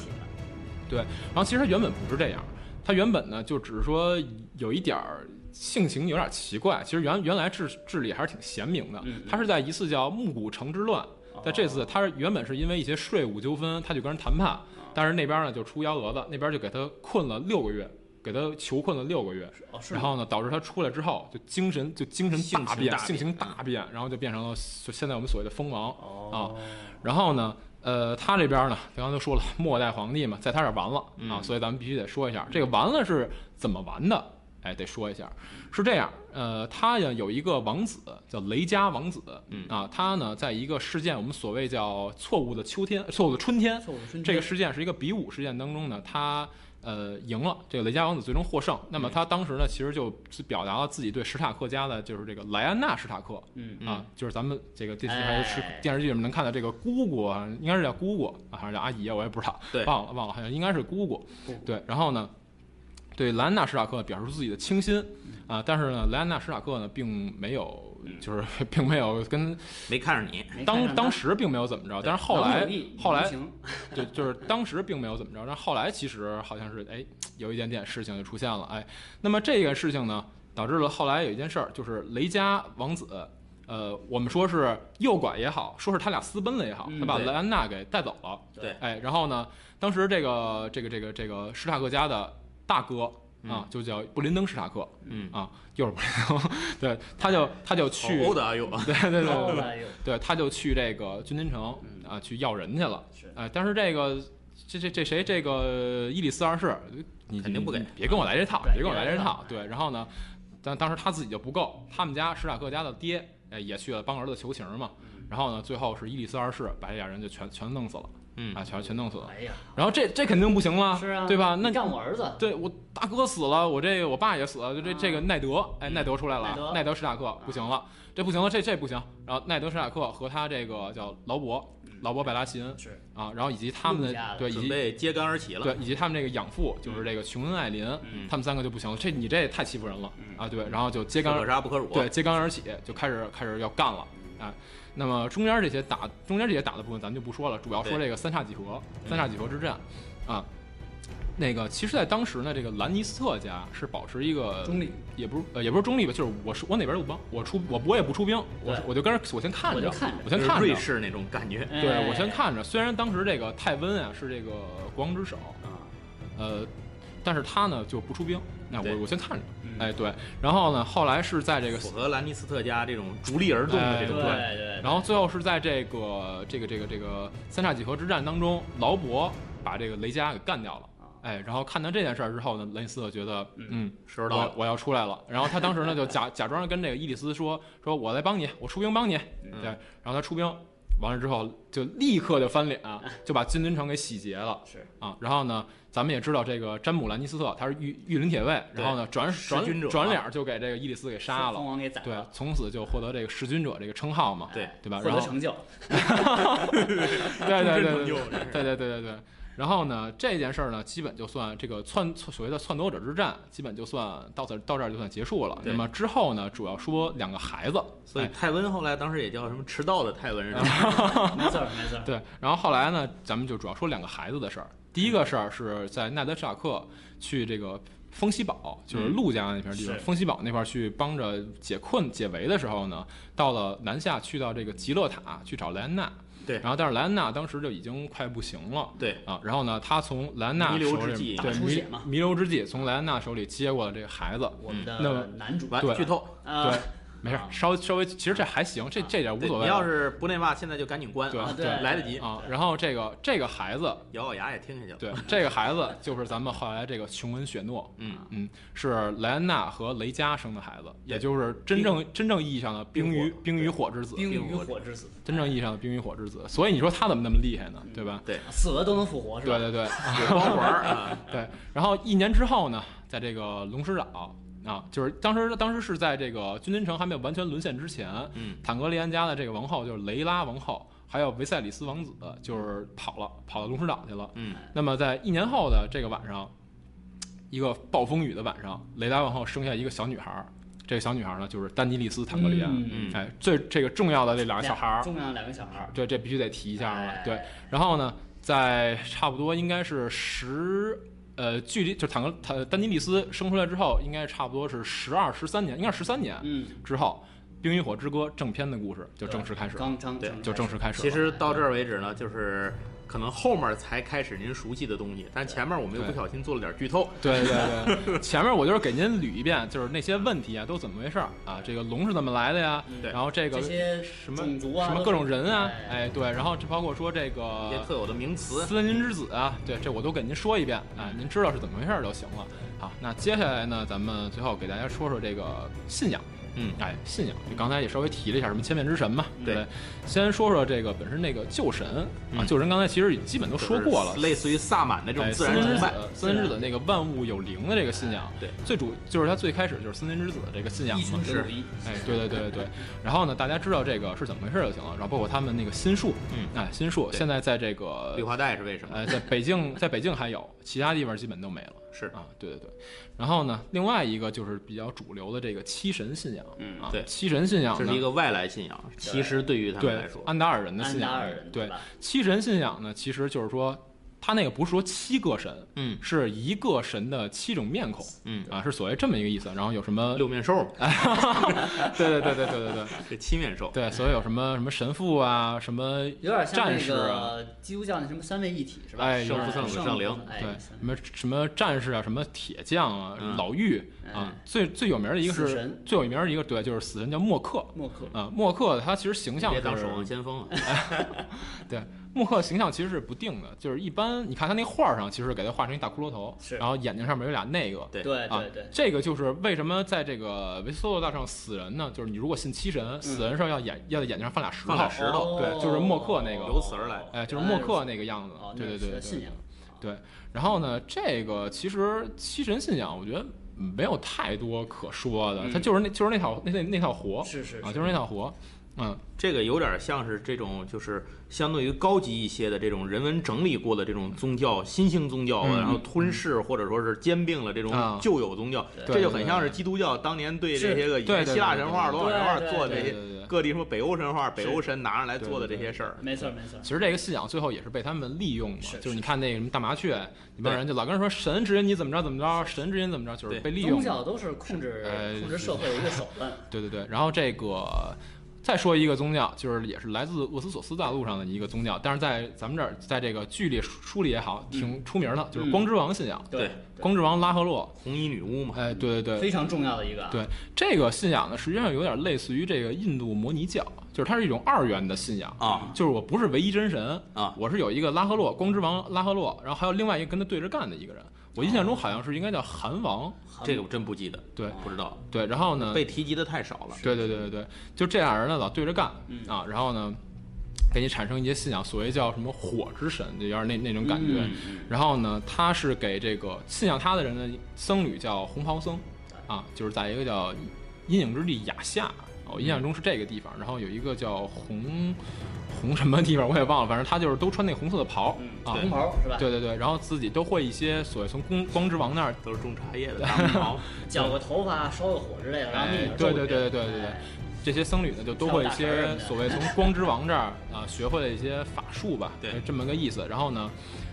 然后其实他原本不是这样，他原本呢就只是说有一点儿性情有点奇怪，其实原原来治治理还是挺贤明的
嗯哦嗯。
他是在一次叫木谷城之乱，在这次他是原本是因为一些税务纠纷，他就跟人谈判，但是那边呢就出幺蛾子，那边就给他困了六个月，给他囚困了六个月。
哦，是吗
然后呢，导致他出来之后就精神就精
性
神
情
大变，
大
性
变
情大变，然后就变成了就现在我们所谓的啊蜂王。
哦，
然后呢，呃，他这边呢，刚刚都说了，末代皇帝嘛，在他这儿完了、啊，
嗯
所以咱们必须得说一下，这个完了是怎么完的？哎，得说一下，是这样，呃，他呀有一个王子叫雷加王子，
嗯
啊，他呢在一个事件，我们所谓叫错误的秋天，错误的春天，
错误的
嗯
瞬间
这个事件是一个比武事件当中呢，他呃赢了，这个雷加王子最终获胜。那
嗯
么他当时呢，其实就是表达了自己对史塔克家的，就是这个莱安娜史塔克
嗯
啊
嗯，
就是咱们这个电视还是
哎
电视剧里面能看到这个姑姑啊，应该是叫姑姑啊，还是叫阿姨啊，我也不知道，
对
忘了忘了，好像应该是姑姑
姑姑。
对，然后呢，对莱安娜史塔克表示自己的倾心
嗯
啊，但是呢，莱安娜史塔克呢，并没有就是 并没有跟
没看上你，
没看上
当
他
当时并没有怎么着，但是后来
郎有意
后来
无情
就就是当时并没有怎么着，但后来其实好像是哎有一点点事情就出现了哎，那么这个事情呢，导致了后来有一件事儿，就是雷加王子，呃，我们说是诱拐也好，说是他俩私奔了也好，
嗯
他把
对
莱安娜给带走了，
对
哎，然后呢，当时这个这个这个这个史塔克家的大哥啊，就叫布林登史塔克，
嗯
啊，又是布林登，对，他就他就
好
去，
欧的哎呦，
对对对对
后
对。
来又
对，他就去这个军金城啊，去要人去了。
是
哎，但是这个这这这谁这个伊里斯二世，你
肯定不给
你别跟我来这套，
对
别跟我来这套。
别
对，然后呢，但当时他自己就不够，他们家史塔克家的爹，哎，也去了帮儿子求情嘛。然后呢，最后是伊里斯二世把这俩人就全全弄死了，
嗯
啊，全全弄死了。
哎呀，
然后这这肯定不行了，
是啊，
对吧？那
你干我儿子，
对我大哥死了，我这个我爸也死了，就这
啊
这个奈德，哎，
嗯
奈德出来了
奈
啊，
德
奈德史塔克不行了，这不行了，这这不行。然后奈德史塔克和他这个叫劳勃，劳勃拜拉琴
是
啊，然后以及他们
陆
的
家的
对以
准
及
备揭竿而起了，
对以及他们这个养父就是这个琼恩艾琳，
嗯
他们三个就不行了，这你这也太欺负人了
嗯
啊！对，然后就揭竿
可杀不可辱，
对，揭竿而起，就开始开始要干了，
嗯
哎，那么中间这些打中间这些打的部分咱们就不说了，主要说
对
这个三叉戟河
嗯
三叉戟河之战，啊，那个其实，在当时呢，这个兰尼斯特家是保持一个
中立，
也不是呃也不是中立吧，就是我是我哪边都不帮，我出我我也不出兵，我
对
我就跟着我先看
我
着
就，看着
我
就
先
是
看着
呃瑞，士那种感觉，
对我先
哎
看着。虽然当时这个泰温啊是这个国王之首，
啊，
呃，但是他呢就不出兵，那
对
我我先看着，
嗯
哎对，然后呢后来是在这个
符合兰尼斯特家这种逐利而动的这
哎
对
种
对
状态，
对，
然后最后是在这个这个这个这个三叉戟河之战当中，劳勃把这个雷加给干掉了。
啊
哎，然后看到这件事儿之后呢，雷斯特觉得，嗯，
时候到
我我要出来了。然后他当
嗯
时呢就假假装跟这个伊里斯说，说我来帮你，我出兵帮你。对，然后他出兵，完了之后就立刻就翻脸，就把金陵城给洗劫了
是
啊。然后呢，咱们也知道这个詹姆兰尼斯特他是御御林铁卫，
对
然后呢转
弑君者
转
啊
转脸就给这个伊里斯给杀
蜂
了，
王给宰
对
了，，
从此就获得这个弑君者这个称号嘛，
对
哎
对吧
获
然
得
后
成就，
对对对对
终身成
对
就真是
对对对对。然后呢，这件事儿呢，基本就算这个篡所谓的篡夺者之战，基本就算到此到这儿就算结束了。
对
那么之后呢，主要说两个孩子，
所以
哎啊
泰温后来当时也叫什么迟到的泰温是吧？
没错儿没错儿，
对，然后后来呢，咱们就主要说两个孩子的事儿。第一个事儿是在奈德夏克去这个丰西堡，就是
嗯
陆家那片地方，
是
丰西堡那块儿去帮着解困解围的时候呢，到了南下去到这个极乐塔去找莱安娜。
对
然后但是莱安娜当时就已经快不行了。
对
啊，然后呢，他从莱安娜
弥留
手
之
里对
际
大出
弥
血嘛
弥留之际从莱安娜手里接过了这个孩
啊
子。
我们
嗯那么
的男主
完
对
剧透，
啊
对没事儿
啊，
稍稍微其实这还行，这这点无
啊对
所
你
谓。
要是不内骂，现在就赶紧关，
对
啊
对
来得及，
啊，然后这个这个孩子
咬咬牙也听下去了。
对，这个孩 子就是咱们后来这个琼恩·雪诺，
嗯，
嗯，是莱安娜和雷佳生的孩子，也就是真正真正意义上的冰与
冰
冰
火
与火之子，
冰
冰
与
火
火之子，
真正意义上的冰与火之子。所以你说他怎么那么厉害呢？对吧？
死了都能复活是
对
吧？
对对
有光环儿啊，
对。然后一年之后呢，在这个龙石岛啊，就是当时当时是在这个君临城还没有完全沦陷之前，
嗯，
坦格利安家的这个王后就是雷拉王后，还有维塞里斯王子，就是跑了跑到龙石岛去了。
嗯，
那么在一年后的这个晚上，一个暴风雨的晚上，雷达王后生下一个小女孩儿，这个小女孩儿呢就是丹尼利斯·坦格利安。
嗯
嗯
哎，最这个重要的这两个小孩儿，
重要的两个小孩儿，
对，这必须得提一下了。
哎
对，然后呢，在差不多应该是十。呃，距离就坦格坦丹尼利斯生出来之后，应该差不多是十二、十三年，应该是十三年
嗯，
之后，《冰与火之歌》正片的故事就
对
正式开始了，
刚刚
对
就正式开始了。
其实到这儿为止呢，就是可能后面才开始您熟悉的东西，但前面我们又
对
不小心做了点剧透。
对对对， 前面我就是给您捋一遍，就是那些问题啊都怎么回事儿啊，这个龙是怎么来的呀？
嗯
对
然后这个
这些
什么
种族啊，
什么
都
各种人啊，
哎，
哎对，然后这包括说这
一些
个
特有的名词，
森林之子啊，对，这我都给您说一遍啊，您知道是怎么回事儿就行了。好，那接下来呢，咱们最后给大家说说这个信仰。
嗯，
哎，信仰，就刚才也稍微提了一下什么千面之神嘛，
对
不对？先说说这个本身那个旧神啊，
嗯
旧神刚才其实也基本都说过了
就是，类似于萨满的这种
哎，
自
森
然
林之
崇
子
拜。，
森林之子那个万物有灵的这个信仰，
对，
最主就是他最开始就是森林之子这个信仰
一
嘛
群。
是
主义，
哎，对对对对对。然后呢，大家知道这个是怎么回事就行了。然后包括他们那个心术，
嗯，
哎，心术
对
现在在这个
绿化带是为什么？
呃，在北京，在北京还有，其他地方基本都没了。
是
啊，对对对。然后呢，另外一个就是比较主流的这个七神信仰，
嗯
啊，
对
七神信仰
这
呢
是一个外来信仰，其实对于他们
对啊
来说，
安达尔人的信
安
仰，
达尔人
对
吧？
七神信仰呢，其实就是说，他那个不是说七个神，
嗯
是一个神的七种面孔
嗯，
啊，是所谓这么一个意思。然后有什么？
六面兽，
对对对对对对对
这七面兽，
啊对，所以有什么什么神父啊，什么
有点像
战
那
士啊，
个基督教那什么三位一体是吧？
哎，有
圣
点
父
像
圣子
圣
圣灵
母哎
对，什么什么战士啊，什么铁匠啊，
嗯
老妪啊
哎，
最最有名的一个
死
是
神
最有名的一个对，就是死神叫默克
默克，
啊，默克他其实形象
别
是
当守望先锋 了。
默克形象其实是不定的，就是一般你看他那画儿上，其实给他画成一大骷髅头，
是
然后眼睛上面有俩那个，
对
对
啊
对对，
这个就是为什么在这个维斯洛大上死人呢？就是你如果信七神，
嗯
死人时候要眼要在眼睛上放俩石头
放俩，石
哦
头
对就是默克那个
由此而来
哎，就是默克那个样子
哦，，
对对对
那
对
是信
对。
仰，
然后呢，这个其实七神信仰，我觉得没有太多可说的，
嗯
它就是那就是那套那那那套活
是是
啊，就是那套活，嗯，
这个有点像是这种，就是相对于高级一些的这种人文整理过的这种宗教，新兴宗教啊，
嗯
然后吞噬或者说是兼并了这种
啊
旧有宗教，
对
这就很像是基督教当年对这些个以
对对
前
对
希腊神话、罗马神话
对对
做的
对
这
对
些
对。
各地什么北欧神话、北欧神拿上来
对
做的
对
这
对
些事儿，
没错没错，
其实这个信仰最后也是被他们利用嘛，
是
就是你看那个什么大麻雀，那帮
对
人就老跟人说神指引你怎么着怎么着，神指引怎么着，就是
对
被利用
宗
嘛。
教都是控制
哎
控制社会的一个手段，
对对对，然后这个再说一个宗教，就是也是来自厄斯索斯大陆上的一个宗教，但是在咱们这儿，在这个剧里书里也好，挺出名的，就是光之王信仰，
嗯
对
对
光之王拉赫洛。
红衣女巫嘛，
哎，对对对，
非常重要的一个啊，
对这个信仰呢，实际上有点类似于这个印度摩尼教，就是它是一种二元的信仰，
啊
就是我不是唯一真神
啊，
我是有一个拉赫洛光之王拉赫洛，然后还有另外一个跟他对着干的一个人，我印象中好像是应该叫韩王，
很
这个我真不记得，
对
不知道
对，然后呢，
被提及的太少了。
对对对对对，就这俩人呢老对着干、
嗯
啊，然后呢，给你产生一些信仰，所谓叫什么火之神，就有点那那种感觉。
嗯嗯
然后呢，他是给这个信仰他的人的僧侣叫红袍僧，啊，就是在一个叫阴影之地雅夏，我印象中是这个地方。然后有一个叫红红什么地方我也忘了，反正他就是都穿那红色的袍
嗯，
啊，
红袍是吧？
对对对，然后自己都会一些所谓从光光之王那儿
都是种茶叶的大 红袍，
绞个头发，烧个火之类的，然后
哎
密码
对
咒
对对
语
对对对对
哎
这些僧侣呢，就都会一些所谓从光之王这儿啊学会了一些法术吧，
对
就这么个意思。然后呢，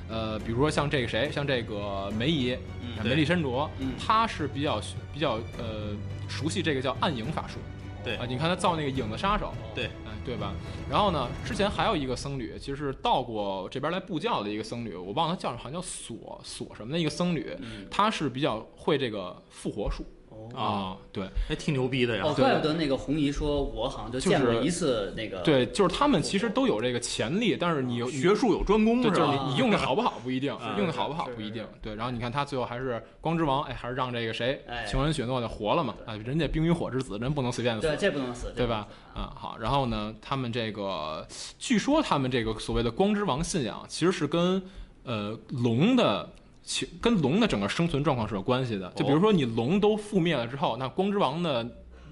呃，比如说像这个谁，像这个梅姨，啊
嗯
梅
对
丽珊卓
嗯，
她是比较比较呃熟悉这个叫暗影法术。
对
啊，你看她造那个影子杀手，
对
哎，对吧？然后呢，之前还有一个僧侣，其实是到过这边来布教的一个僧侣，我忘了他叫什么，好像叫索索什么的一个僧侣，
嗯
他是比较会这个复活术
嗯哦
啊，对，
还挺牛逼的呀
哦，。怪不得那个红姨说，我好像就见过
就是
一次那个，
对，就是他们其实都有这个潜力，但是你有
学。术有专攻
你
是
对，就是
吧？
你你用的好不好不一定，
啊
用的好不好
是
不一定
是是。
对，然后你看他最后还是光之王，哎，还是让这个谁
哎，
穷人雪诺的活了嘛？啊，人家冰与火之子，人不能随便
对，
死，
这不能死，
对吧？啊，好，然后呢，他们这个，据说他们这个所谓的光之王信仰，其实是跟呃龙的。其跟龙的整个生存状况是有关系的，就比如说你龙都覆灭了之后，那光之王的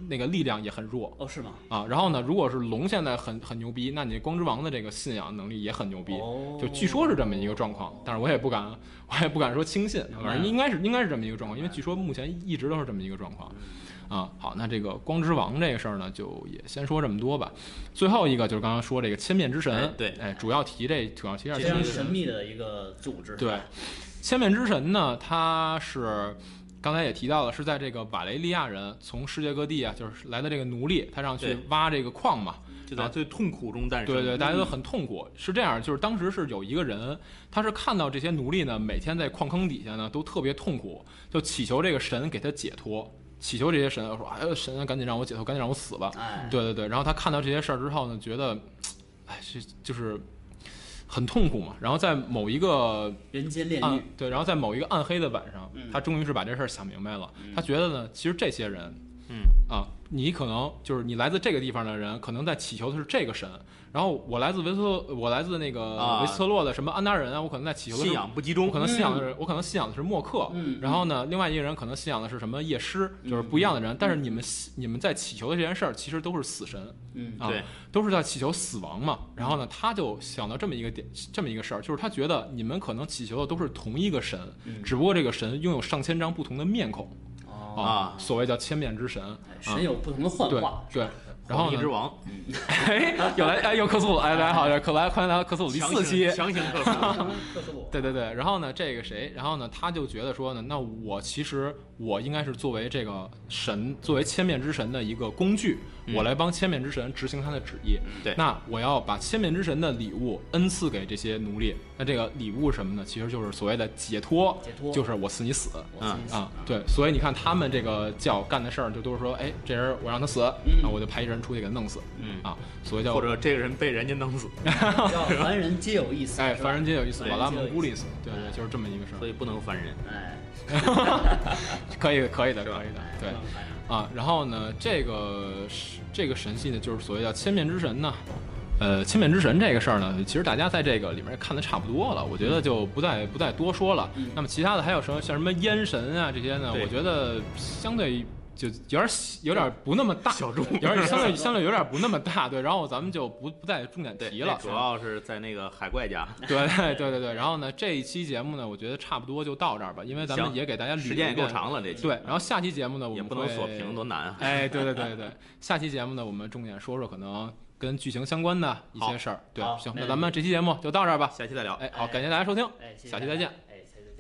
那个力量也很弱，
这不能死？哦，是吗？
啊，然后呢，如果是龙现在很很牛逼，那你光之王的这个信仰能力也很牛逼，
哦
就据说是这么一个状况，但是我也不敢，我也不敢说轻信，
白
反正应该是应该是这么一个状况，因为据说目前一直都是这么一个状况。啊，好，那这个光之王这个事儿呢，就也先说这么多吧。最后一个就是刚刚说这个千面之神，
哎对
哎，主要提这主要提一下
非
千面
常
之
神
神。
秘的一个组织，
对，千面之神呢，他是刚才也提到了，是在这个瓦雷利亚人从世界各地啊，就是来的这个奴隶，他让去
对
挖这个矿嘛。
就在最痛苦中诞生。
对对，大家都很痛苦。是这样，就是当时是有一个人，他是看到这些奴隶呢，每天在矿坑底下呢，都特别痛苦，就祈求这个神给他解脱，祈求这些神说：“哎呦，神啊，赶紧让我解脱，赶紧让我死吧。”
哎，
对对对，然后他看到这些事儿之后呢，觉得，哎，是就是很痛苦嘛。然后在某一个
人间炼
暗
狱，
啊对，然后在某一个暗黑的晚上
嗯，
他终于是把这事儿想明白了。他觉得呢，其实这些人
嗯
啊，你可能就是你来自这个地方的人，可能在祈求的是这个神。然后我来自维斯特，我来自那个
啊
维斯特洛的什么安达人啊，我可能在祈求的是
信，仰不集
我
中
可，能信仰的是我可能信仰的是默克。
嗯
然后呢，另外一个人可能信仰的是什么夜师，就是不一样的人。但是你们信你们在祈求的这件事儿，其实都是死神
嗯，
啊
对，
都是在祈求死亡嘛。然后呢，他就想到这么一个点，这么一个事儿，就是他觉得你们可能祈求的都是同一个神，只不过这个神拥有上千张不同的面孔
哦，
啊
啊，
所谓叫千面之神。
哎神有不同的幻
对
化，
对，然后
一
呢
之？王
哎，又来哎，又克苏鲁，哎，来好，又克来，欢迎来到克苏鲁第
强
四
行
期。
强行 克
嗯
服。
成克苏鲁，
对对对，然后呢，这个谁，然后呢，他就觉得说呢，那我其实我应该是作为这个神，作为千面之神的一个工具，
嗯
我来帮千面之神执行他的旨意。
对
那我要把千面之神的礼物恩赐给这些奴隶。那这个礼物是什么呢？其实就是所谓的解脱，
解脱
就是我赐你死。
我自己死
啊，对，所以你看他们这个教干的事儿，就都是说，哎，这人我让他死，
嗯
啊，我就派一人出去给他弄死，
嗯
啊，所以 叫
或者这个人被人家弄死，
叫凡人皆有一死，
哎，
是吧
凡人皆有一死，
凡
瓦
人
拉
皆有
蒙
一
古
死
里斯，对对，就是这么一个事
所
儿，
以不 能烦人。
哎，
可以可以的，可以的，
嗯
对
不能凡人
啊，然后呢，这个是这个神系呢，就是所谓叫千面之神呢。呃，千面之神这个事儿呢，其实大家在这个里面也看的差不多了，我觉得就不再
嗯
不再多说了。那么其他的还有什么像什么烟神啊这些呢？
对
我觉得相对就有点有点不那么大，
小众
有点 相对相对有点不那么大。对，然后咱们就不不再重点
对，
提了。
这主要是在那个海怪家，
对对对对，然后呢，这一期节目呢，我觉得差不多就到这儿吧，因为咱们
行
也给大家捋
时间也
一遍
够。长了，这期
对，然后下期节目呢，我
也
们
不能
会
锁屏，多难啊！
哎，对对对对对，下期节目呢，我们重点说说可能跟剧情相关的一些
好
事儿。对
好，
行，那
没问
咱们这期节目就到这儿吧。
下期再聊。
哎，好，感谢大家收听，
哎，谢谢
下期再
大家
见。
哎，下期再见。